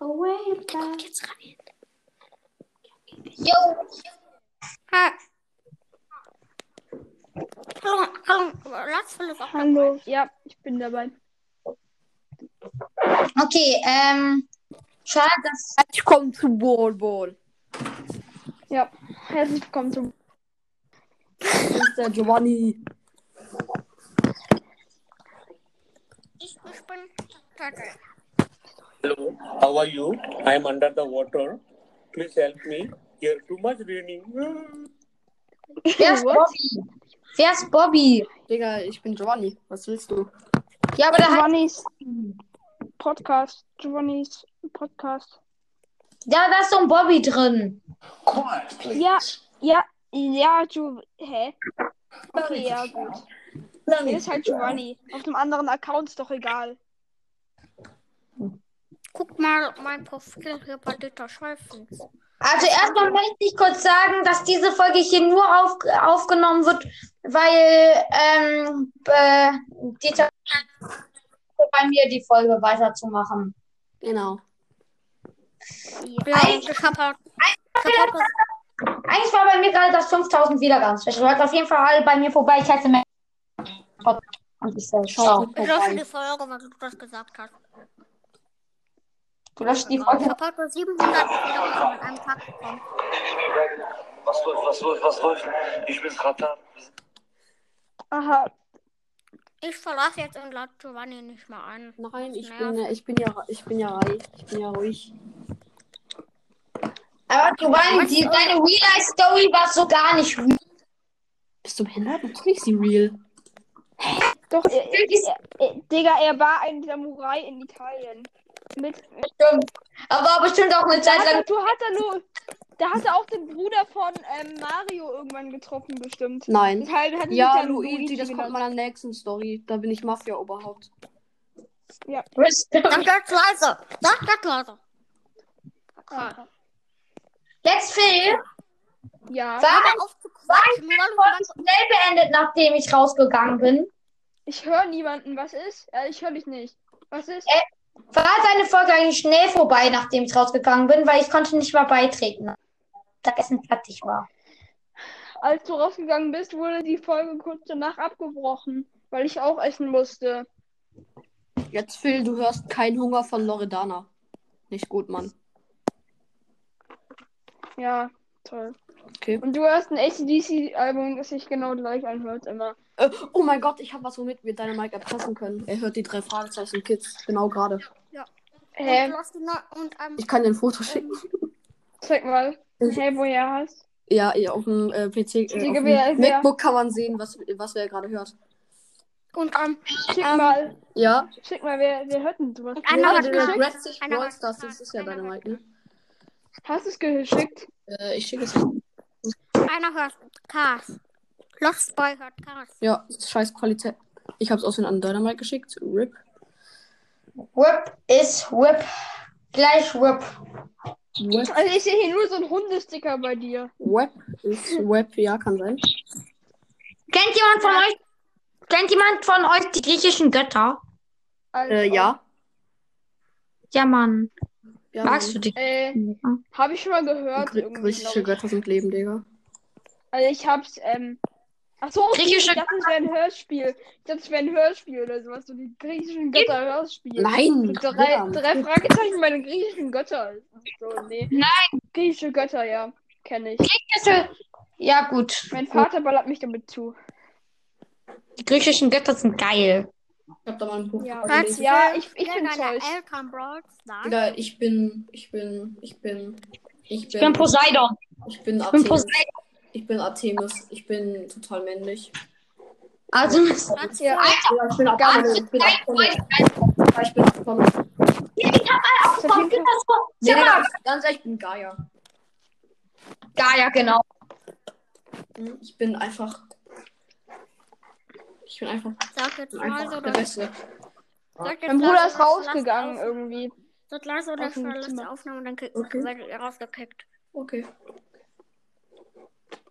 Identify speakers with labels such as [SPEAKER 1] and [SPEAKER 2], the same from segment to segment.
[SPEAKER 1] away
[SPEAKER 2] bah.
[SPEAKER 3] Guckt
[SPEAKER 1] back.
[SPEAKER 3] jetzt rein.
[SPEAKER 1] Yo,
[SPEAKER 3] Ha. Hallo, hallo, lass Philipp
[SPEAKER 4] Hallo, ja, ich bin dabei.
[SPEAKER 1] okay, ähm, schade, dass
[SPEAKER 2] Herzlich willkommen zu Ball Ball.
[SPEAKER 4] Ja, herzlich willkommen zum.
[SPEAKER 2] Das ist der Giovanni.
[SPEAKER 3] Ich, ich bin Turtle.
[SPEAKER 5] Hello, how are you? I am under the water. Please help me. Here too much raining.
[SPEAKER 1] wer ist Bobby? Wer ist Bobby?
[SPEAKER 2] Digga, ich bin Giovanni. Was willst du?
[SPEAKER 1] Ja, aber da hat,
[SPEAKER 4] Giovannis Podcast. Giovannis Podcast.
[SPEAKER 1] ja, da ist so ein Bobby drin.
[SPEAKER 5] Quiet, please.
[SPEAKER 4] Ja, ja, ja, Giov. Hä? Okay, ja, gut. Der ist halt Giovanni. Auf dem anderen Account ist doch egal.
[SPEAKER 3] Guck mal mein Profil hier bei Dieter Schweifens.
[SPEAKER 1] Also erstmal möchte ich kurz sagen, dass diese Folge hier nur auf, aufgenommen wird, weil ähm, äh, Dieter bei mir die Folge weiterzumachen.
[SPEAKER 2] Genau.
[SPEAKER 3] Ja,
[SPEAKER 1] Eigentlich-
[SPEAKER 3] ich hab halt. Ich hab halt
[SPEAKER 1] Eigentlich war bei mir gerade das 5000 Wiedergaben. Ich wollte auf jeden Fall alle bei mir vorbei. Ich hätte mehr. Und ich äh, schau.
[SPEAKER 3] ich lösche die Folge, weil du das gesagt hast.
[SPEAKER 1] Du löscht die
[SPEAKER 3] Ich
[SPEAKER 1] Folge.
[SPEAKER 3] hab halt nur 700 Wiedergaben an einem Tag bekommen.
[SPEAKER 6] Was läuft, was läuft, was läuft? Ich bin's Ratan.
[SPEAKER 4] Aha,
[SPEAKER 3] Ich verlasse jetzt und lade Giovanni nicht mehr ein.
[SPEAKER 2] Nein, ich
[SPEAKER 3] Nervt.
[SPEAKER 2] bin, ja- ich bin ja, ich bin ja reich. Ich bin ja ruhig.
[SPEAKER 1] Aber du meinst, die, deine Real-Life-Story war so gar nicht real.
[SPEAKER 2] Bist du behindert? Natürlich ist sie real.
[SPEAKER 4] doch, er, er, Digga, er war ein Samurai in Italien. Mit,
[SPEAKER 1] Stimmt. Aber bestimmt auch eine Zeit
[SPEAKER 4] hat er,
[SPEAKER 1] lang.
[SPEAKER 4] du hat er nur. Da hat er auch den Bruder von ähm, Mario irgendwann getroffen, bestimmt.
[SPEAKER 2] Nein.
[SPEAKER 4] Teil hat
[SPEAKER 2] Ja, Luigi, das kommt mal in der nächsten Story. Da bin ich Mafia-Oberhaupt.
[SPEAKER 3] Sag das leise! Sag das leise! Okay.
[SPEAKER 1] Jetzt, Phil,
[SPEAKER 4] Ja,
[SPEAKER 1] war
[SPEAKER 3] Hör auf zu quatschen, nur weil du
[SPEAKER 1] die
[SPEAKER 3] sagst,
[SPEAKER 1] Folge schnell beendet, nachdem ich rausgegangen bin?
[SPEAKER 4] ich höre niemanden. Was ist? Äh, ich höre dich nicht. Was ist?
[SPEAKER 1] Äh, War deine Folge eigentlich schnell vorbei, nachdem ich rausgegangen bin, weil ich konnte nicht mal beitreten. Da Essen fertig war.
[SPEAKER 4] Als du rausgegangen bist, wurde die Folge kurz danach abgebrochen, weil ich auch essen musste.
[SPEAKER 2] Jetzt, Phil, du hörst keinen Hunger von Loredana. Nicht gut, Mann.
[SPEAKER 4] Ja, toll.
[SPEAKER 2] Okay.
[SPEAKER 4] Und du hast ein ACDC-Album, das sich genau gleich anhört immer.
[SPEAKER 2] Äh, oh mein Gott, ich habe was, womit wir Dynamite erpressen können. Er hört die drei Fragezeichen Kids. Genau gerade.
[SPEAKER 4] Hä?
[SPEAKER 3] und lass die Na- und ähm,
[SPEAKER 2] Ich kann dir ein Foto schicken.
[SPEAKER 4] Zeig mal.
[SPEAKER 2] Ich-
[SPEAKER 4] Hä, woher hast
[SPEAKER 2] Ja, ihr auf dem äh, PC. Äh,
[SPEAKER 4] Digga,
[SPEAKER 2] auf
[SPEAKER 4] wer-
[SPEAKER 2] dem
[SPEAKER 4] wer-
[SPEAKER 2] MacBook kann man sehen, was, was wer gerade hört.
[SPEAKER 3] und ähm,
[SPEAKER 4] Schick mal.
[SPEAKER 2] Ja,
[SPEAKER 4] Schick mal, wer, wer hört denn sowas?
[SPEAKER 3] und einer
[SPEAKER 2] ja
[SPEAKER 3] hat
[SPEAKER 2] der
[SPEAKER 3] mir.
[SPEAKER 2] Red sich
[SPEAKER 3] Einer
[SPEAKER 2] Brawl
[SPEAKER 3] hat-
[SPEAKER 2] Stars, das ist ja
[SPEAKER 3] einer hat-
[SPEAKER 2] Dynamite, ne?
[SPEAKER 4] Hast du es geschickt?
[SPEAKER 2] Äh, ich schicke es.
[SPEAKER 3] Einer hört Cars. Lost Boy hört Cars.
[SPEAKER 2] Ja, das ist scheiß Qualität. Ich hab's aussehen an Dynamite geschickt. RIP.
[SPEAKER 1] Whip ist Whip. Gleich Whip.
[SPEAKER 2] Web,
[SPEAKER 4] Also ich sehe hier nur so einen Hundesticker bei dir.
[SPEAKER 2] Web ist Web, ja, kann sein.
[SPEAKER 1] Kennt jemand von euch? Kennt jemand von euch die griechischen Götter?
[SPEAKER 4] Also,
[SPEAKER 2] Äh, ja.
[SPEAKER 1] Ja, Mann.
[SPEAKER 2] ja
[SPEAKER 1] Magst
[SPEAKER 2] Mann.
[SPEAKER 1] du die?
[SPEAKER 4] Äh, habe ich schon mal gehört.
[SPEAKER 2] Gr
[SPEAKER 4] irgendwie, glaub
[SPEAKER 2] griechische
[SPEAKER 4] ich.
[SPEAKER 2] Götter sind Leben, Digga.
[SPEAKER 4] Also ich hab's, ähm. Achso, okay,
[SPEAKER 1] Griechische-
[SPEAKER 4] ich dachte, es wäre ein Hörspiel. Ich dachte, es wäre ein Hörspiel oder sowas. So die griechischen Götter Hörspiel.
[SPEAKER 2] Nein!
[SPEAKER 4] So drei,
[SPEAKER 2] Digga.
[SPEAKER 4] drei Fragezeichen bei den griechischen Göttern. So, nee. Nein! Griechische Götter, ja. Kenne ich.
[SPEAKER 1] Ja, gut.
[SPEAKER 4] Mein Vater ballert mich damit zu.
[SPEAKER 1] Die griechischen Götter sind geil.
[SPEAKER 2] Ich hab da mal ein Buch.
[SPEAKER 4] Ja.
[SPEAKER 2] gelesen.
[SPEAKER 4] Ja, ich, ich Genau.
[SPEAKER 3] Ja,
[SPEAKER 4] bin
[SPEAKER 3] deine
[SPEAKER 4] enttäuscht.
[SPEAKER 3] Eltern Brawl Stars.
[SPEAKER 2] Digga, ich bin, ich bin, ich bin, ich
[SPEAKER 1] Ich bin
[SPEAKER 2] bin,
[SPEAKER 1] Poseidon.
[SPEAKER 2] ich bin
[SPEAKER 1] Ich bin
[SPEAKER 2] Artemis.
[SPEAKER 1] Poseidon.
[SPEAKER 2] Ich bin Artemis. Ich bin total männlich.
[SPEAKER 1] Also,
[SPEAKER 3] Das
[SPEAKER 4] Ja.
[SPEAKER 1] Alter,
[SPEAKER 2] Digga, ich bin Apollo. Ich bin Apollo. Ja, Ich bin Apollo.
[SPEAKER 4] Ist auf
[SPEAKER 1] warum
[SPEAKER 4] jeden
[SPEAKER 1] gibt
[SPEAKER 4] Fall-
[SPEAKER 1] das so?
[SPEAKER 2] Nee,
[SPEAKER 1] Zimmer.
[SPEAKER 2] Digga, ganz ehrlich, ich bin Gaia.
[SPEAKER 1] Gaia, genau.
[SPEAKER 2] Hm, Ich bin einfach. Ich bin einfach,
[SPEAKER 3] Sag jetzt leise
[SPEAKER 2] einfach der
[SPEAKER 3] oder
[SPEAKER 2] Beste.
[SPEAKER 3] sag jetzt
[SPEAKER 4] Mein Bruder
[SPEAKER 3] leise
[SPEAKER 4] ist
[SPEAKER 3] oder
[SPEAKER 4] rausgegangen
[SPEAKER 3] lass auf-
[SPEAKER 4] irgendwie.
[SPEAKER 3] Sag leise oder
[SPEAKER 4] Aus dem
[SPEAKER 3] schnell die
[SPEAKER 4] Zimmer.
[SPEAKER 3] Aufnahme und dann krieg-
[SPEAKER 2] Okay.
[SPEAKER 3] werdet ihr rausgekickt.
[SPEAKER 2] Okay.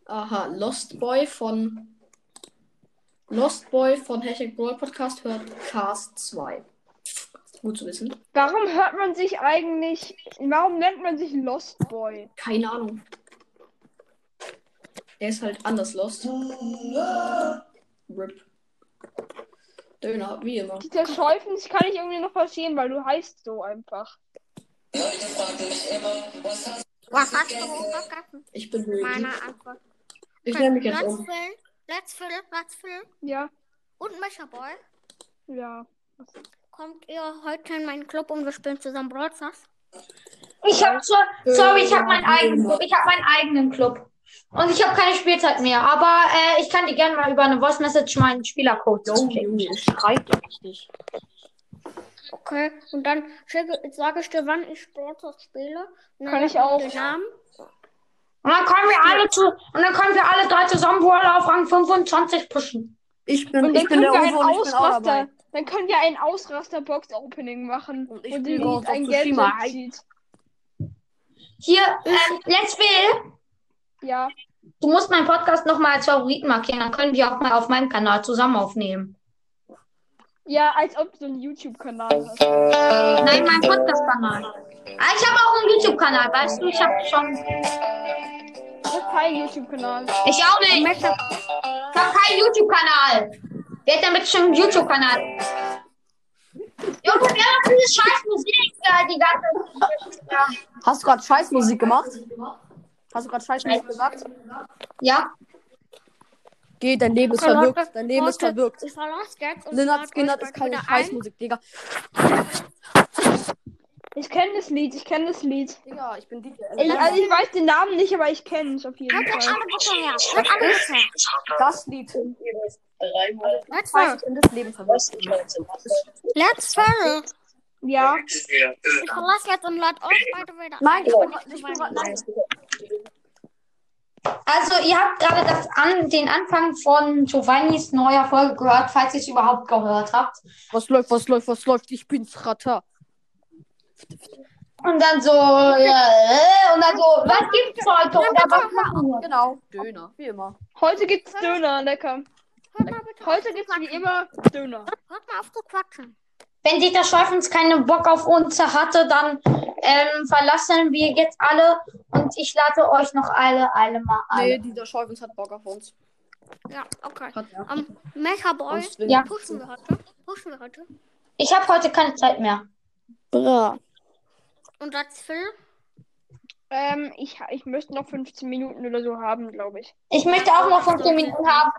[SPEAKER 2] Aha, Lost Boy von. Lost Boy von Hashtag Brawl Podcast hört Cast 2. Gut zu wissen.
[SPEAKER 4] Warum hört man sich eigentlich. Warum nennt man sich Lost Boy?
[SPEAKER 2] Keine Ahnung. Er ist halt anders lost. RIP. Döner, wie immer.
[SPEAKER 4] Dieser Schäufen, das kann ich irgendwie noch verstehen, weil du heißt so einfach.
[SPEAKER 3] Was hast du hochgegangen?
[SPEAKER 2] Ich bin Höhe.
[SPEAKER 3] Meine Antwort.
[SPEAKER 2] Ich nehme mich jetzt um.
[SPEAKER 3] Platzfüll, Platzfüll, Platzfüll
[SPEAKER 4] Ja,
[SPEAKER 3] und Mecherboy.
[SPEAKER 4] ja.
[SPEAKER 3] Kommt ihr heute in meinen Club und wir spielen zusammen Brawl Stars?
[SPEAKER 1] Ich habe so, sorry, ich habe meinen eigenen Club. Ich habe meinen eigenen Club. Und ich habe keine Spielzeit mehr. Aber äh, ich kann dir gerne mal über eine Voice Message meinen Spielercode
[SPEAKER 2] Oh,
[SPEAKER 1] schicken.
[SPEAKER 2] Junge, ich schreibe richtig.
[SPEAKER 3] Okay, und dann schicke, sage ich dir, wann ich Brawl Stars spiele. Und dann
[SPEAKER 4] Kann ich
[SPEAKER 3] sag mir
[SPEAKER 4] auch.
[SPEAKER 3] Den Namen.
[SPEAKER 1] Und dann können wir alle zu, und dann können wir alle drei zusammen Brawler auf Rang 25 pushen.
[SPEAKER 2] Ich bin,
[SPEAKER 4] Und dann
[SPEAKER 2] ich bin
[SPEAKER 4] können
[SPEAKER 2] der
[SPEAKER 4] wir einen
[SPEAKER 2] Ufo und ich bin auch
[SPEAKER 4] Ausraster.
[SPEAKER 2] dabei.
[SPEAKER 4] Dann können wir ein Ausraster-Box-Opening machen.
[SPEAKER 2] Und
[SPEAKER 4] Und
[SPEAKER 2] ich
[SPEAKER 4] die
[SPEAKER 2] spiele Ghost of
[SPEAKER 4] ein Geld
[SPEAKER 2] Tsushima.
[SPEAKER 4] zieht.
[SPEAKER 1] Hier, ähm, Let's Will,
[SPEAKER 4] Ja.
[SPEAKER 1] du musst meinen Podcast nochmal als Favoriten markieren. Dann können wir auch mal auf meinem Kanal zusammen aufnehmen.
[SPEAKER 4] Ja, als ob du einen YouTube-Kanal hast.
[SPEAKER 1] Nein, mein Podcast-Kanal. Ah, ich habe auch einen YouTube-Kanal, weißt du? Ich habe schon.
[SPEAKER 4] Ich hab keinen YouTube-Kanal.
[SPEAKER 1] Ich auch nicht. Ich habe keinen YouTube-Kanal. Wer hat damit schon einen YouTube-Kanal? Junge, wer macht diese scheiß Musik äh, die ganze Ja.
[SPEAKER 2] Hast du gerade Scheißmusik gemacht? Hast du gerade Scheißmusik gesagt?
[SPEAKER 1] ja.
[SPEAKER 2] Geh, dein Leben ist
[SPEAKER 3] Okay, Leute,
[SPEAKER 2] verwirkt. Dein Leben ist
[SPEAKER 3] Leute,
[SPEAKER 2] verwirkt.
[SPEAKER 3] Ich verlasse jetzt und
[SPEAKER 2] Lennart
[SPEAKER 3] lade euch
[SPEAKER 2] Skinner
[SPEAKER 3] bald
[SPEAKER 2] ist keine
[SPEAKER 3] wieder ein.
[SPEAKER 2] Scheißmusik, Digga.
[SPEAKER 4] Ich kenne das Lied, ich kenne das Lied.
[SPEAKER 2] Digga, ich bin DJ.
[SPEAKER 4] Ich, also ich weiß den Namen nicht, aber ich kenne es auf jeden
[SPEAKER 3] Hört euch
[SPEAKER 4] Fall.
[SPEAKER 3] alle bitte her. Hört alle bitte her.
[SPEAKER 2] Das Lied.
[SPEAKER 3] Let's
[SPEAKER 2] Scheiße,
[SPEAKER 3] go.
[SPEAKER 2] ich bin das Leben verwirkt.
[SPEAKER 3] Let's go.
[SPEAKER 4] Ja.
[SPEAKER 3] Ich verlasse jetzt und lade euch beide wieder ein.
[SPEAKER 2] Nein, ich bin,
[SPEAKER 3] nicht
[SPEAKER 2] ich
[SPEAKER 3] zu
[SPEAKER 2] bin
[SPEAKER 3] weit.
[SPEAKER 2] grad, nein.
[SPEAKER 1] Also, ihr habt gerade das an, den Anfang von Giovannis neuer Folge gehört, falls ihr es überhaupt gehört habt.
[SPEAKER 2] Was läuft, was läuft, was läuft? Ich bin's, Ratter.
[SPEAKER 1] Und dann so, äh, und dann so, was gibt's heute? Oder was machen wir?
[SPEAKER 2] Genau. Döner, wie immer.
[SPEAKER 4] Heute gibt's Döner, lecker.
[SPEAKER 3] Hört mal bitte auf
[SPEAKER 4] Heute
[SPEAKER 3] zu
[SPEAKER 4] gibt's wie
[SPEAKER 3] quatschen.
[SPEAKER 4] immer Döner.
[SPEAKER 3] Hört mal auf zu quatschen.
[SPEAKER 1] Wenn Dieter Schäufens keinen Bock auf uns hatte, dann ähm, verlassen wir jetzt alle und ich lade euch noch alle, alle mal ein.
[SPEAKER 2] Nee, dieser Schäufens hat Bock auf uns.
[SPEAKER 3] Ja, okay.
[SPEAKER 2] Hat er.
[SPEAKER 3] Um, Mecha Boy,
[SPEAKER 2] Uns will-
[SPEAKER 1] Ja.
[SPEAKER 3] pushen wir heute. Pushen wir heute.
[SPEAKER 1] Ich habe heute keine Zeit mehr.
[SPEAKER 3] Und Let's Phil.
[SPEAKER 4] Ähm, ich, ich möchte noch 15 Minuten oder so haben, glaube ich.
[SPEAKER 1] Ich möchte auch noch 15 Minuten haben.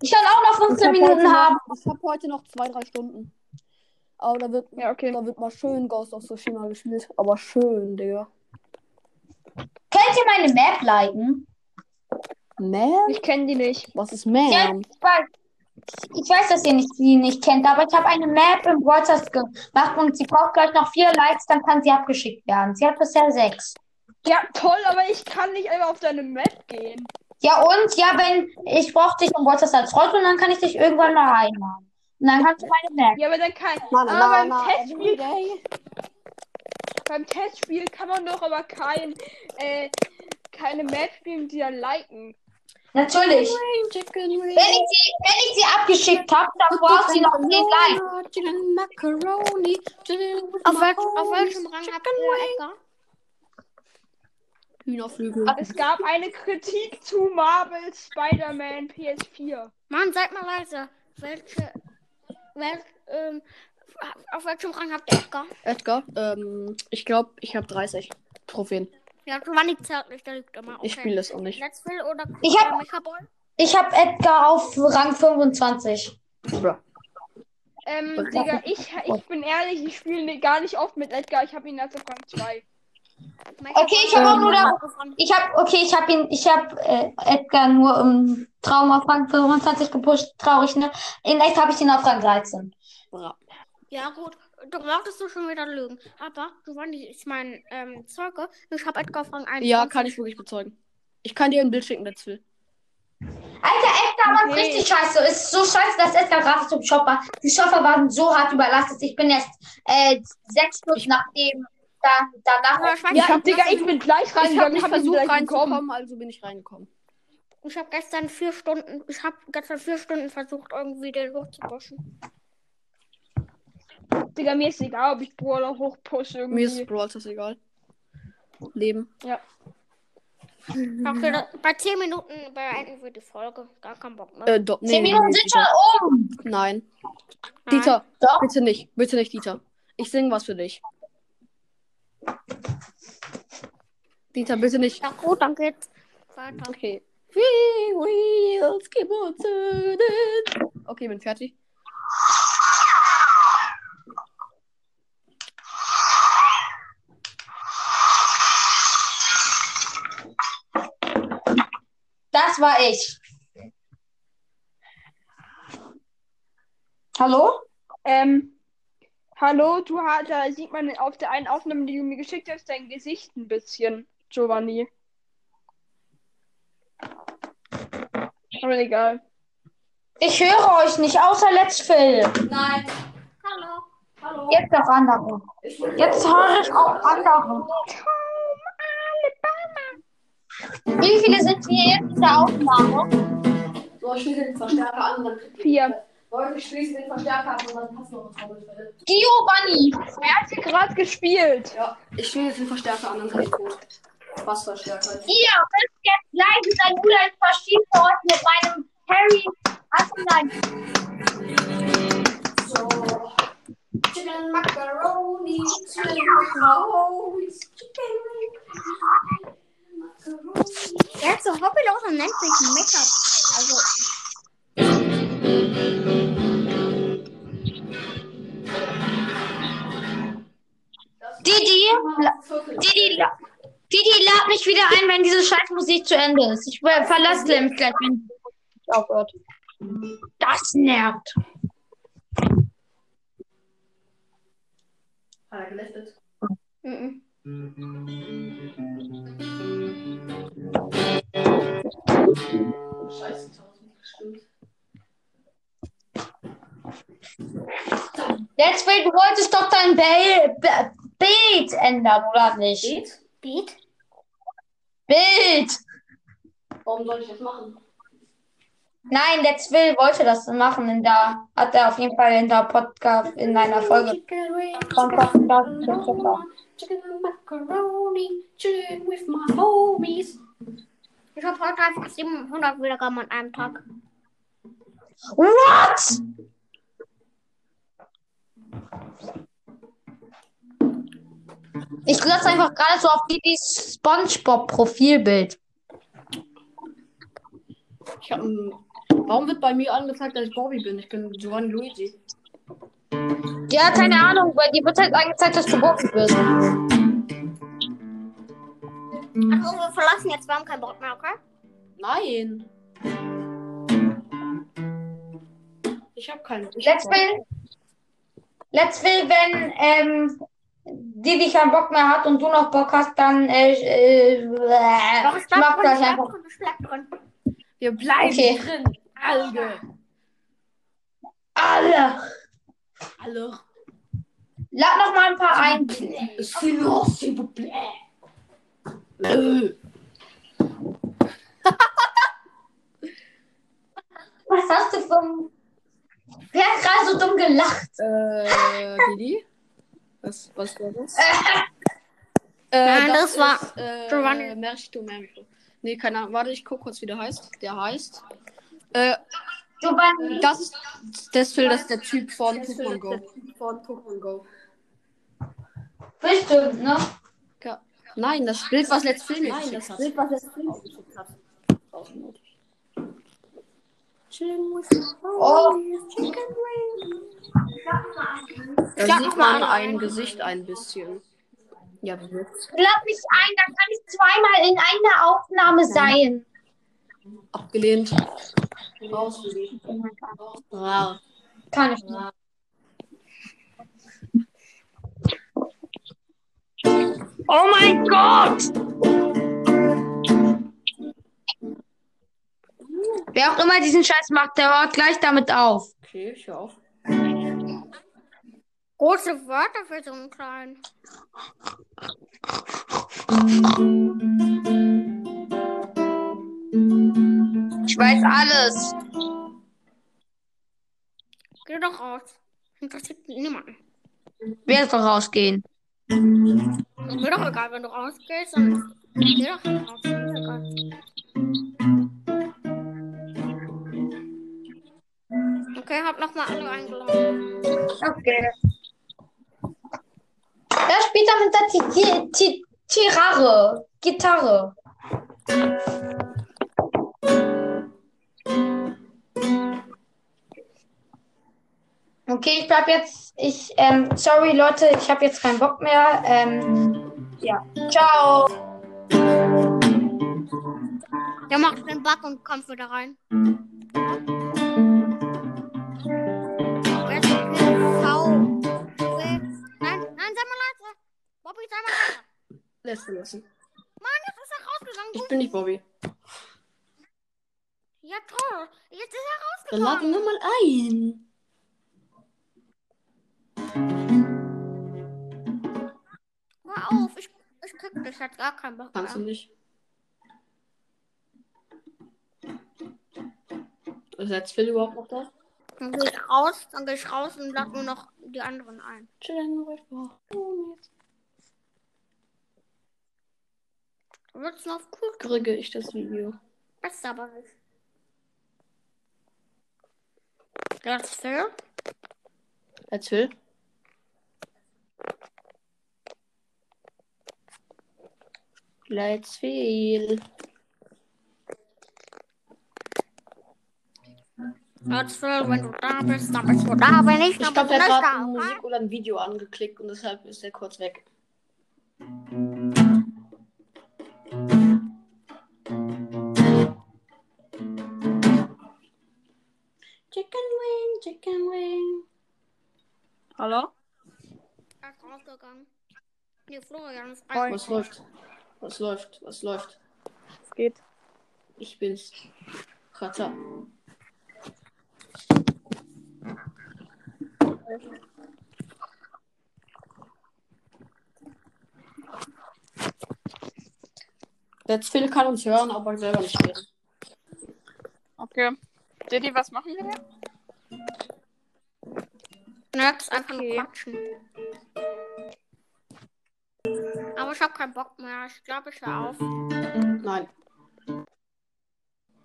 [SPEAKER 1] Ich kann auch noch 15 Minuten haben.
[SPEAKER 2] Noch, ich habe heute noch zwei, drei Stunden. Aber da wird,
[SPEAKER 4] Ja, okay.
[SPEAKER 2] da wird mal schön Ghost of Tsushima gespielt. Aber schön, Digga.
[SPEAKER 1] Könnt ihr meine Map liken?
[SPEAKER 2] Man?
[SPEAKER 4] Ich kenne die nicht.
[SPEAKER 2] Was ist
[SPEAKER 1] Ja,
[SPEAKER 2] Man?
[SPEAKER 1] ich weiß. Ich weiß, dass ihr nicht, sie nicht kennt, aber ich habe eine Map im WhatsApp gemacht und sie braucht gleich noch vier Likes, dann kann sie abgeschickt werden. Sie hat bisher sechs.
[SPEAKER 4] Ja, toll, aber ich kann nicht einfach auf deine Map gehen.
[SPEAKER 1] Ja, und ja, wenn ich brauche dich im WhatsApp als Freund und dann kann ich dich irgendwann mal einladen. Und dann kannst du meine Map.
[SPEAKER 4] Ja, aber dann kann.
[SPEAKER 1] Ah,
[SPEAKER 2] Mann,
[SPEAKER 4] aber
[SPEAKER 2] na,
[SPEAKER 4] beim,
[SPEAKER 2] na,
[SPEAKER 4] Testspiel,
[SPEAKER 2] everyday.
[SPEAKER 4] beim Testspiel kann man doch aber kein, äh, keine Map spielen, die dann liken.
[SPEAKER 1] Natürlich.
[SPEAKER 2] Green Chicken Ring.
[SPEAKER 1] Wenn ich sie, wenn ich sie abgeschickt habe, dann braucht sie noch zehn Likes.
[SPEAKER 2] Chicken Macaroni. Chicken with
[SPEAKER 3] Auf,
[SPEAKER 2] my
[SPEAKER 3] welch, auf
[SPEAKER 2] own
[SPEAKER 3] welchem Rang habt ihr Edgar?
[SPEAKER 2] Hühnerflügel.
[SPEAKER 4] Es gab eine Kritik zu Marvel Spider-Man PS4.
[SPEAKER 3] Mann, seid mal leise. Welche. Wel, ähm, auf welchem Rang habt ihr Edgar?
[SPEAKER 2] Edgar, ähm, ich glaube, ich habe 30 Trophäen.
[SPEAKER 3] Ja, Giovanni zählt nicht, der lügt immer. Okay.
[SPEAKER 2] Ich spiele das auch nicht.
[SPEAKER 3] Let's Phil oder
[SPEAKER 1] Ich hab-
[SPEAKER 3] äh, Mecha Boy?
[SPEAKER 1] Ich habe Edgar auf Rang 25.
[SPEAKER 4] Ähm, Digga, ich, ich bin ehrlich, ich spiele gar nicht oft mit Edgar. Ich habe ihn erst auf Rang 2.
[SPEAKER 3] Mecha
[SPEAKER 1] Okay, ich
[SPEAKER 3] Boy
[SPEAKER 1] hab auch
[SPEAKER 3] oder
[SPEAKER 1] nur
[SPEAKER 3] Mecha
[SPEAKER 1] da-
[SPEAKER 3] Boy?
[SPEAKER 1] Ich habe, okay, ich habe ihn, ich habe äh, Edgar nur im Traum auf Rang 25 gepusht. Traurig, ne? In echt habe ich ihn auf Rang 13.
[SPEAKER 3] Ja, gut. Du brauchtest du schon wieder lügen. Aber Giovanni ist mein ähm, Zeuge. Ich habe Edgar auf Rang 1.
[SPEAKER 2] Ja, kann ich wirklich bezeugen. Ich kann dir ein Bild schicken, let's will.
[SPEAKER 1] Alter, Edgar war
[SPEAKER 4] Nee.
[SPEAKER 1] richtig scheiße. Ist so scheiße, dass Edgar grafisch zum Shop war. Die Shopper waren so hart überlastet. Ich bin erst äh, sechs Stunden nachdem dann danach.
[SPEAKER 3] Aber ich weiß
[SPEAKER 2] Ja,
[SPEAKER 3] nicht,
[SPEAKER 2] ich hab
[SPEAKER 4] Digga,
[SPEAKER 2] das-
[SPEAKER 4] ich bin gleich
[SPEAKER 2] Ich habe
[SPEAKER 4] reingegangen.
[SPEAKER 2] nicht
[SPEAKER 4] hab ihn
[SPEAKER 2] versucht
[SPEAKER 4] gleich bekommen.
[SPEAKER 2] reinzukommen, also bin ich reingekommen.
[SPEAKER 3] Ich habe gestern vier Stunden, ich habe gestern vier Stunden versucht, irgendwie den hochzuboschen.
[SPEAKER 4] Digga, mir ist egal, ob ich Brawler hochpushe irgendwie.
[SPEAKER 2] Mir ist Brawl Stars egal. Leben. Mhm.
[SPEAKER 3] Okay, da- bei 10 Minuten beenden wir die Folge. Gar keinen Bock mehr.
[SPEAKER 2] Äh, do, nee,
[SPEAKER 1] Zehn Minuten
[SPEAKER 2] nee,
[SPEAKER 1] sind
[SPEAKER 2] Dieter.
[SPEAKER 1] schon um.
[SPEAKER 3] Nein.
[SPEAKER 2] Nein. Dieter,
[SPEAKER 1] Doch.
[SPEAKER 2] bitte nicht. Bitte nicht, Dieter. Ich sing was für dich. Dieter, bitte nicht.
[SPEAKER 3] Ja gut, dann geht's weiter.
[SPEAKER 2] Okay. Three wheels keep on turning. Okay, bin fertig.
[SPEAKER 1] Das war ich. Hallo?
[SPEAKER 4] Ähm, hallo, du hast, da sieht man auf der einen Aufnahme, die du mir geschickt hast, dein Gesicht ein bisschen, Giovanni. Aber egal.
[SPEAKER 1] Ich höre euch nicht, außer Let's Phil.
[SPEAKER 3] Nein. Hallo. Hallo.
[SPEAKER 1] Jetzt auch andere. Jetzt höre ich auch andere. Wie viele sind hier jetzt in der Aufnahme?
[SPEAKER 2] So, ich schließe den Verstärker an und dann kriegt
[SPEAKER 4] Vier.
[SPEAKER 2] Leute, schließe den Verstärker an und dann passen noch Trommelfälle.
[SPEAKER 1] Giovanni.
[SPEAKER 4] Wer hat sie gerade gespielt?
[SPEAKER 2] Ja, ich schließe jetzt den Verstärker an, dann kann ich tot. Was Verstärker?
[SPEAKER 1] Ihr müsst jetzt gleich in dein Bruder in verschiedene Orte mit meinem Harry. Hast du nein?
[SPEAKER 2] So. Chicken Macaroni, Chicken Macaroni, Chicken Macaroni.
[SPEAKER 3] Der ist so hobbylos und nennt sich Make-up. Also,
[SPEAKER 1] Didi, la- Didi, la- Didi, lad mich wieder ein, wenn diese Scheißmusik zu Ende ist. Ich äh, verlasse nämlich gleich, wenn es aufhört. Das nervt.
[SPEAKER 2] Hat er gelächelt?
[SPEAKER 3] mhm.
[SPEAKER 2] Scheiße, tausend. Stimmt.
[SPEAKER 1] Let's Wait, du wolltest doch dein Be Be Bild ändern, oder nicht?
[SPEAKER 2] Geht?
[SPEAKER 3] Beat?
[SPEAKER 1] Bild!
[SPEAKER 2] Warum soll ich das machen?
[SPEAKER 1] Nein, Let's Will wollte das machen. In der, hat er auf jeden Fall in der Podcast, in einer Folge
[SPEAKER 2] Chicken wings,
[SPEAKER 1] vom Podcast. gesagt.
[SPEAKER 2] chicken macaroni, chilling with my homies.
[SPEAKER 3] Ich habe heute einfach 700 Wiedergaben an einem Tag.
[SPEAKER 1] What? Ich glotze einfach gerade so auf Didis Spongebob-Profilbild.
[SPEAKER 2] Ich hab, ähm, warum wird bei mir angezeigt, dass ich Bobby bin? Ich bin Giovanni Luigi.
[SPEAKER 1] Ja, keine Ahnung, weil dir wird halt angezeigt, dass du Bock bist.
[SPEAKER 2] Mhm.
[SPEAKER 3] Also, wir verlassen jetzt. Wir haben keinen Bock mehr, okay?
[SPEAKER 2] Nein. Ich habe keinen. Ich
[SPEAKER 1] Let's
[SPEAKER 2] hab keinen.
[SPEAKER 1] will, let's will, wenn ähm, Didi keinen Bock mehr hat und du noch Bock hast, dann äh, äh,
[SPEAKER 3] Doch,
[SPEAKER 1] ich
[SPEAKER 3] ich bleib
[SPEAKER 1] mach
[SPEAKER 3] drin,
[SPEAKER 1] gleich
[SPEAKER 3] ich bleib
[SPEAKER 1] einfach.
[SPEAKER 3] drin, ich bleib drin.
[SPEAKER 2] Wir bleiben
[SPEAKER 1] Okay.
[SPEAKER 2] drin. Alle.
[SPEAKER 1] Alle!
[SPEAKER 2] Alle.
[SPEAKER 1] Lad noch mal ein paar ein.
[SPEAKER 2] Silence, s'il vous plaît. Äh,
[SPEAKER 1] Was hast du vom. Wer hat gerade so dumm gelacht?
[SPEAKER 2] Äh, Didi? Was, was war das? Äh,
[SPEAKER 3] Nein, das war
[SPEAKER 2] ist, äh,
[SPEAKER 3] Giovanni.
[SPEAKER 2] Merchito, Merchito. Nee, keine Ahnung. Warte, ich guck kurz, wie der heißt. Der heißt. Äh,
[SPEAKER 1] Giovanni.
[SPEAKER 2] das ist. Das Phil, das ist der Typ von Pokémon Go. Von Pokémon Go.
[SPEAKER 1] Bestimmt, ne?
[SPEAKER 2] Nein, das Bild, was Let's Film Nein, das Bild, was Let's Film
[SPEAKER 1] Oh,
[SPEAKER 2] Da
[SPEAKER 3] Ja, mach
[SPEAKER 2] sieht
[SPEAKER 3] mal
[SPEAKER 2] man
[SPEAKER 3] einen.
[SPEAKER 2] ein Gesicht ein bisschen. Ja, wie wird's?
[SPEAKER 1] lad mich ein, dann kann ich zweimal in einer Aufnahme sein.
[SPEAKER 2] Abgelehnt. Raus, Ah, Didi. Raus.
[SPEAKER 1] Kann ich nicht. Oh mein Gott! Wer auch immer diesen Scheiß macht, der hört gleich damit auf.
[SPEAKER 2] Okay, ich hör auf.
[SPEAKER 3] Große Wörter für so einen kleinen.
[SPEAKER 1] Ich weiß alles.
[SPEAKER 3] Geh doch raus. Interessiert niemanden.
[SPEAKER 7] Wer soll rausgehen?
[SPEAKER 3] Ist mir doch egal, wenn du rausgehst, dann geh doch nicht raus. Ist mir egal. Okay, hab nochmal alle eingeladen.
[SPEAKER 1] Okay. Wer spielt da mit der Ti- Ti- Ti- Tirare? Gitarre. Okay, ich bleib jetzt. Ich, ähm, sorry Leute, ich habe jetzt keinen Bock mehr. Ähm, ja. Ciao.
[SPEAKER 3] Ja, mach den Bug und kommst wieder rein. Jetzt geht's sau. Nein, nein, sei mal leise. Bobby, sei mal leise.
[SPEAKER 2] Lässt du lassen.
[SPEAKER 3] Jetzt ist er rausgegangen.
[SPEAKER 2] Ich bin nicht Bobby.
[SPEAKER 3] Ja, toll. Jetzt ist er
[SPEAKER 2] Dann laden wir
[SPEAKER 3] rausgegangen.
[SPEAKER 2] mal ein.
[SPEAKER 3] Hör auf, ich, ich krieg dich. Hat gar keinen Bock
[SPEAKER 2] Kannst du
[SPEAKER 3] mehr.
[SPEAKER 2] nicht. Setzt Phil überhaupt noch da?
[SPEAKER 3] Dann geh ich raus, dann geh ich raus und lad nur noch die anderen ein.
[SPEAKER 2] Chillen ruhig. Oh, jetzt
[SPEAKER 3] Wird's noch cool?
[SPEAKER 2] kriege ich das Video.
[SPEAKER 3] Passt aber nicht. Das Phil?
[SPEAKER 2] Erzähl. Let's feel.
[SPEAKER 3] Das Phil, wenn du da bist, dann bist du da. Wenn nicht,
[SPEAKER 2] Ich
[SPEAKER 3] dann
[SPEAKER 2] glaube,
[SPEAKER 3] bist du
[SPEAKER 2] der
[SPEAKER 3] nicht
[SPEAKER 2] hat
[SPEAKER 3] da.
[SPEAKER 2] gerade
[SPEAKER 3] Okay?
[SPEAKER 2] Musik oder ein Video angeklickt und deshalb ist er kurz weg. Chicken Wing, Chicken Wing.
[SPEAKER 4] Hallo?
[SPEAKER 3] Er ist rausgegangen. Hier, Florian ist
[SPEAKER 4] Moin.
[SPEAKER 2] Was läuft? Was läuft? Was läuft?
[SPEAKER 4] Es geht.
[SPEAKER 2] Ich bin's. Kata. Jetzt Phil kann uns hören, aber selber nicht reden.
[SPEAKER 4] Okay. Didi, was machen wir denn?
[SPEAKER 3] Nerds einfach nur
[SPEAKER 4] Okay.
[SPEAKER 3] quatschen. Aber ich hab keinen Bock mehr. Ich glaube, ich hör auf.
[SPEAKER 2] Nein.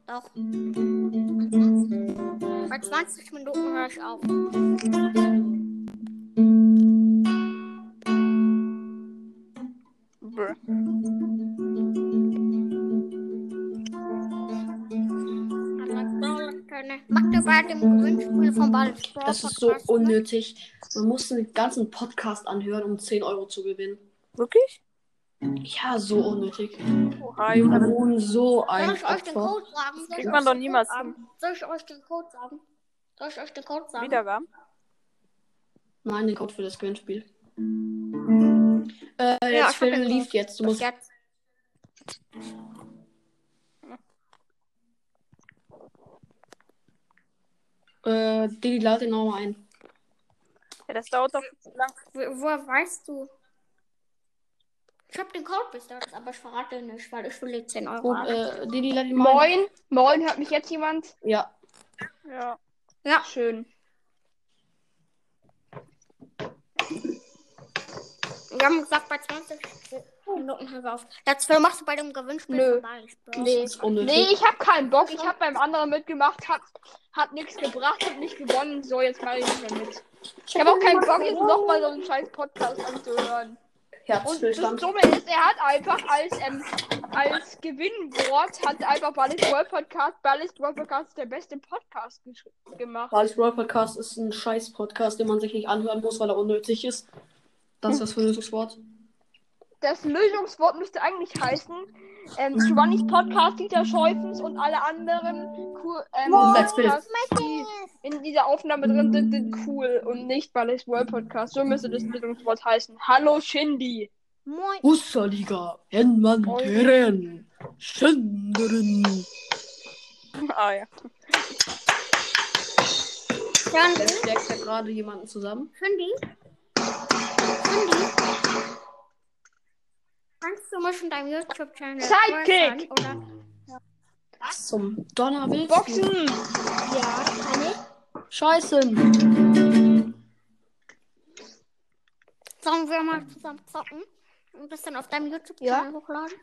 [SPEAKER 3] Doch.
[SPEAKER 2] Mhm.
[SPEAKER 3] Bei 20 Minuten höre ich auf.
[SPEAKER 4] Bäh.
[SPEAKER 3] Mach dir bei dem Gewinnspiel vom Ball.
[SPEAKER 2] Das ist so unnötig. Man muss den ganzen Podcast anhören, um 10 Euro zu gewinnen.
[SPEAKER 4] Wirklich?
[SPEAKER 2] Ja, so unnötig.
[SPEAKER 4] Oha,
[SPEAKER 2] Wir
[SPEAKER 4] Junge.
[SPEAKER 2] wohnen so
[SPEAKER 3] Soll
[SPEAKER 2] ein
[SPEAKER 3] ich euch den
[SPEAKER 2] Opfer.
[SPEAKER 3] Code sagen? Soll ich
[SPEAKER 4] Kriegt
[SPEAKER 3] euch
[SPEAKER 4] man doch
[SPEAKER 3] den
[SPEAKER 4] niemals
[SPEAKER 3] Code sagen? Soll ich euch den Code sagen? Soll ich euch den Code sagen?
[SPEAKER 4] Wiedergaben?
[SPEAKER 2] Nein, den Code für das Gewinnspiel. Äh,
[SPEAKER 3] Ja,
[SPEAKER 2] jetzt
[SPEAKER 3] ich hab
[SPEAKER 2] Phil
[SPEAKER 3] den
[SPEAKER 2] lief jetzt. Du musst
[SPEAKER 3] Jetzt.
[SPEAKER 2] Äh, Didi, lad den nochmal ein.
[SPEAKER 4] Ja, das dauert doch zu lang.
[SPEAKER 3] Wo- Woher weißt du? Ich hab den Code bis dato, aber ich verrate ihn nicht, weil ich will jetzt 10 Euro.
[SPEAKER 2] Gut,
[SPEAKER 3] haben.
[SPEAKER 2] äh, Didi, lad ihn mal ein.
[SPEAKER 4] Moin. Moin, hört mich jetzt jemand?
[SPEAKER 2] Ja.
[SPEAKER 4] Ja.
[SPEAKER 3] Ja.
[SPEAKER 4] Schön.
[SPEAKER 3] Wir haben gesagt, bei 20 Minuten hören wir auf. Das Film machst du bei dem Gewinnspiel
[SPEAKER 4] Nö.
[SPEAKER 3] vorbei.
[SPEAKER 4] Nee.
[SPEAKER 2] Das ist unnötig.
[SPEAKER 4] Nee, ich hab keinen Bock. Ich hab beim anderen mitgemacht, hat, hat nichts gebracht, hab nicht gewonnen. So, jetzt mach ich nicht mehr mit. Ich hab auch keinen Bock, jetzt nochmal so einen scheiß Podcast anzuhören. Und das
[SPEAKER 2] Herzstillstand.
[SPEAKER 4] Dumme ist, er hat einfach als, ähm, als Gewinnwort hat er einfach Ballist World Podcast. Ballist World Podcast ist der beste Podcast gesch- gemacht.
[SPEAKER 2] Wallace Brawl Podcast ist ein scheiß Podcast, den man sich nicht anhören muss, weil er unnötig ist. Das ist das Verlösungswort.
[SPEAKER 4] Das Lösungswort müsste eigentlich heißen,
[SPEAKER 7] Mhm.
[SPEAKER 4] ähm, Giovannis Podcast, Dieter Scheufens und alle anderen cool, ähm,
[SPEAKER 2] Und Let's Build.
[SPEAKER 4] Podcasts, die in dieser Aufnahme drin sind, sind cool und nicht Ballist World Podcast. So müsste das Lösungswort heißen. Hallo Shindy.
[SPEAKER 3] Moin.
[SPEAKER 2] Busserliga, Enmanteren, Schinderen.
[SPEAKER 4] Ah ja.
[SPEAKER 3] Dann,
[SPEAKER 2] Jetzt stärkt er gerade jemanden zusammen.
[SPEAKER 3] Cindy? Cindy? Kannst du mich in deinem YouTube-Channel
[SPEAKER 4] Sidekick!
[SPEAKER 3] äußern, Oder?
[SPEAKER 2] Was zum Donner willst du?
[SPEAKER 4] Boxen!
[SPEAKER 3] Ja, kann ich.
[SPEAKER 2] Scheiße.
[SPEAKER 3] Sollen wir mal zusammen zocken? Und das dann auf deinem YouTube-Kanal hochladen?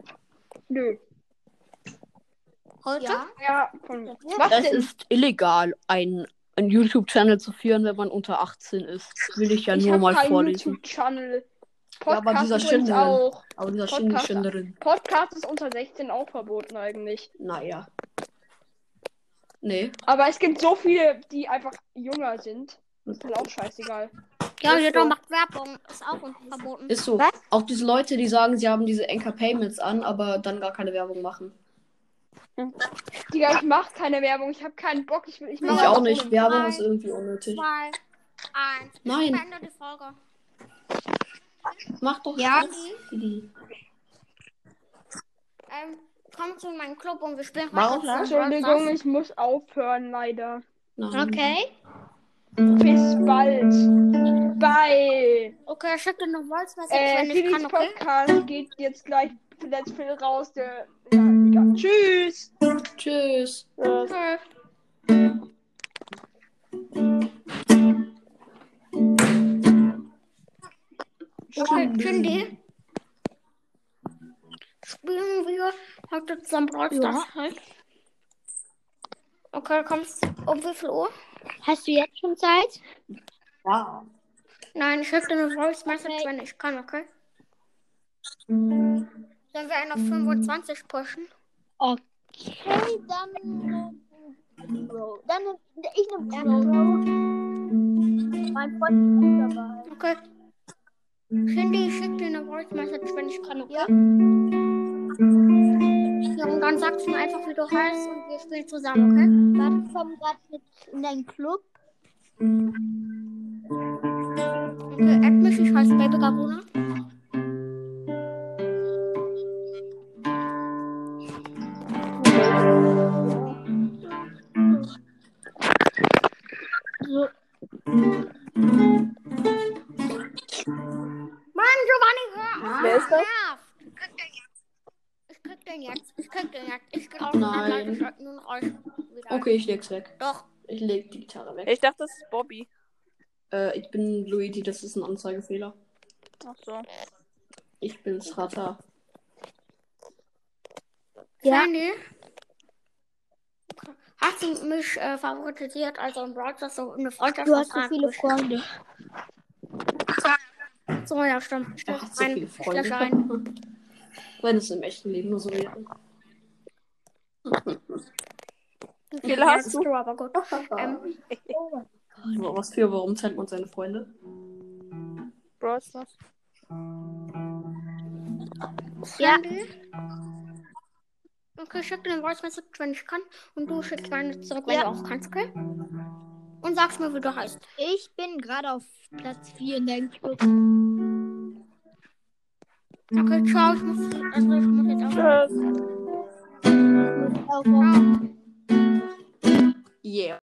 [SPEAKER 4] Nö.
[SPEAKER 3] Heute?
[SPEAKER 1] Ja.
[SPEAKER 4] Ja, von Was
[SPEAKER 7] Das
[SPEAKER 4] denn?
[SPEAKER 7] ist illegal, einen, einen YouTube-Channel zu führen, wenn man unter 18 ist. Will ich ja
[SPEAKER 4] ich
[SPEAKER 7] nur
[SPEAKER 4] hab
[SPEAKER 7] mal
[SPEAKER 4] keinen
[SPEAKER 7] vorlesen.
[SPEAKER 4] YouTube-Channel.
[SPEAKER 2] Ja, aber
[SPEAKER 4] Podcast
[SPEAKER 2] dieser
[SPEAKER 4] übrigens
[SPEAKER 2] Schindel.
[SPEAKER 4] auch.
[SPEAKER 2] Aber dieser
[SPEAKER 4] Podcast-
[SPEAKER 2] Schinderin.
[SPEAKER 4] Podcast ist unter 16 auch verboten eigentlich.
[SPEAKER 2] Naja. Nee.
[SPEAKER 4] Aber es gibt so viele, die einfach jünger sind. Ist halt auch scheißegal.
[SPEAKER 3] Ja,
[SPEAKER 4] Ist
[SPEAKER 3] jeder
[SPEAKER 4] so.
[SPEAKER 3] macht Werbung. Ist auch verboten.
[SPEAKER 2] Ist so.
[SPEAKER 3] Was?
[SPEAKER 2] Auch diese Leute, die sagen, sie haben diese Anchor Payments an, aber dann gar keine Werbung machen.
[SPEAKER 4] Digga, ich mach keine Werbung. Ich hab keinen Bock. Ich will. Ich mach
[SPEAKER 2] Ich
[SPEAKER 4] einfach
[SPEAKER 2] auch nicht.
[SPEAKER 4] so.
[SPEAKER 2] Werbung ist irgendwie unnötig.
[SPEAKER 3] Zwei, eins.
[SPEAKER 2] Nein.
[SPEAKER 3] Beende die Folge.
[SPEAKER 2] Mach doch
[SPEAKER 3] Ja.
[SPEAKER 2] jetzt die.
[SPEAKER 3] Ähm, komm zu meinem Club und wir spielen
[SPEAKER 2] Warum
[SPEAKER 3] heute.
[SPEAKER 4] Entschuldigung, ich muss aufhören leider.
[SPEAKER 2] Nein.
[SPEAKER 3] Okay.
[SPEAKER 4] Bis bald. Bye.
[SPEAKER 3] Okay, schick dir noch Voice Message,
[SPEAKER 4] Äh,
[SPEAKER 3] wenn ich
[SPEAKER 4] Felix
[SPEAKER 3] kann, okay?
[SPEAKER 4] Podcast geht jetzt gleich Let's Play raus. Der, ja, egal. Äh, Tschüss.
[SPEAKER 2] Tschüss.
[SPEAKER 3] Tschüss. Okay, Cindy. Spielen wir heute zusammen Brawl Stars halt. Okay, kommst du um wie viel Uhr?
[SPEAKER 8] Hast du jetzt schon Zeit?
[SPEAKER 2] Ja.
[SPEAKER 3] Nein, ich schicke dir eine Voice Message, wenn ich kann, okay?
[SPEAKER 8] Mm.
[SPEAKER 3] Sollen wir einen auf 25 pushen?
[SPEAKER 8] Okay, dann. äh, Bro. Dann nehm- ich nehme gerne Bro. Mein Freund ist dabei.
[SPEAKER 3] Okay. Cindy, ich schick dir eine Voice Message, wenn ich kann, okay? Ja. und dann sagst du mir einfach, wie du heißt und wir spielen zusammen, okay?
[SPEAKER 8] Warte, ich komme gerade jetzt in deinen Club.
[SPEAKER 3] Okay, add mich, Äh, ich heiße Baby Gabuna.
[SPEAKER 8] So.
[SPEAKER 3] Mann, Giovanni, hör auf!
[SPEAKER 4] Wer ist das?
[SPEAKER 3] Nerv! Ich krieg den jetzt, ich krieg den jetzt, ich krieg auch
[SPEAKER 2] Nein.
[SPEAKER 3] Nein. Ich hab nun euch wieder.
[SPEAKER 2] Okay, ich leg's weg.
[SPEAKER 3] Doch,
[SPEAKER 2] Ich leg die Gitarre weg.
[SPEAKER 9] Ich dachte, das ist Bobby.
[SPEAKER 2] Äh, ich bin Luigi, das ist ein Anzeigefehler.
[SPEAKER 9] Ach so.
[SPEAKER 2] Ich bin Strata.
[SPEAKER 8] Ja.
[SPEAKER 3] Sandy? Hast du mich äh, favoritisiert, also im Broadcast so eine Freundschaft
[SPEAKER 8] Du hast so
[SPEAKER 3] vertragt
[SPEAKER 8] viele
[SPEAKER 3] zwischen-
[SPEAKER 8] Freunde.
[SPEAKER 3] So, ja, stimmt. Ich
[SPEAKER 2] Er
[SPEAKER 3] lösche
[SPEAKER 2] hat so viele
[SPEAKER 3] ein. Ich lösche
[SPEAKER 2] Freunde.
[SPEAKER 3] ein.
[SPEAKER 2] Wenn es im echten Leben nur so wäre.
[SPEAKER 3] Wie
[SPEAKER 9] viele hast du?
[SPEAKER 3] Aber gut. Ähm,
[SPEAKER 2] Wa- Was für, warum zählt man seine Freunde?
[SPEAKER 9] Brawl Stars.
[SPEAKER 3] ja. Okay, schick dir eine Voice Message, wenn ich kann. Und du schickst meine zurück, wenn
[SPEAKER 8] Ja.
[SPEAKER 3] du auch kannst, okay? Und sagst mir, wie du heißt.
[SPEAKER 8] Ich bin gerade auf Platz 4 in deinem Club.
[SPEAKER 3] Okay, ciao. Ich muss, also ich muss jetzt auch.
[SPEAKER 9] Tschüss.
[SPEAKER 8] Auf- auf-
[SPEAKER 2] Yeah.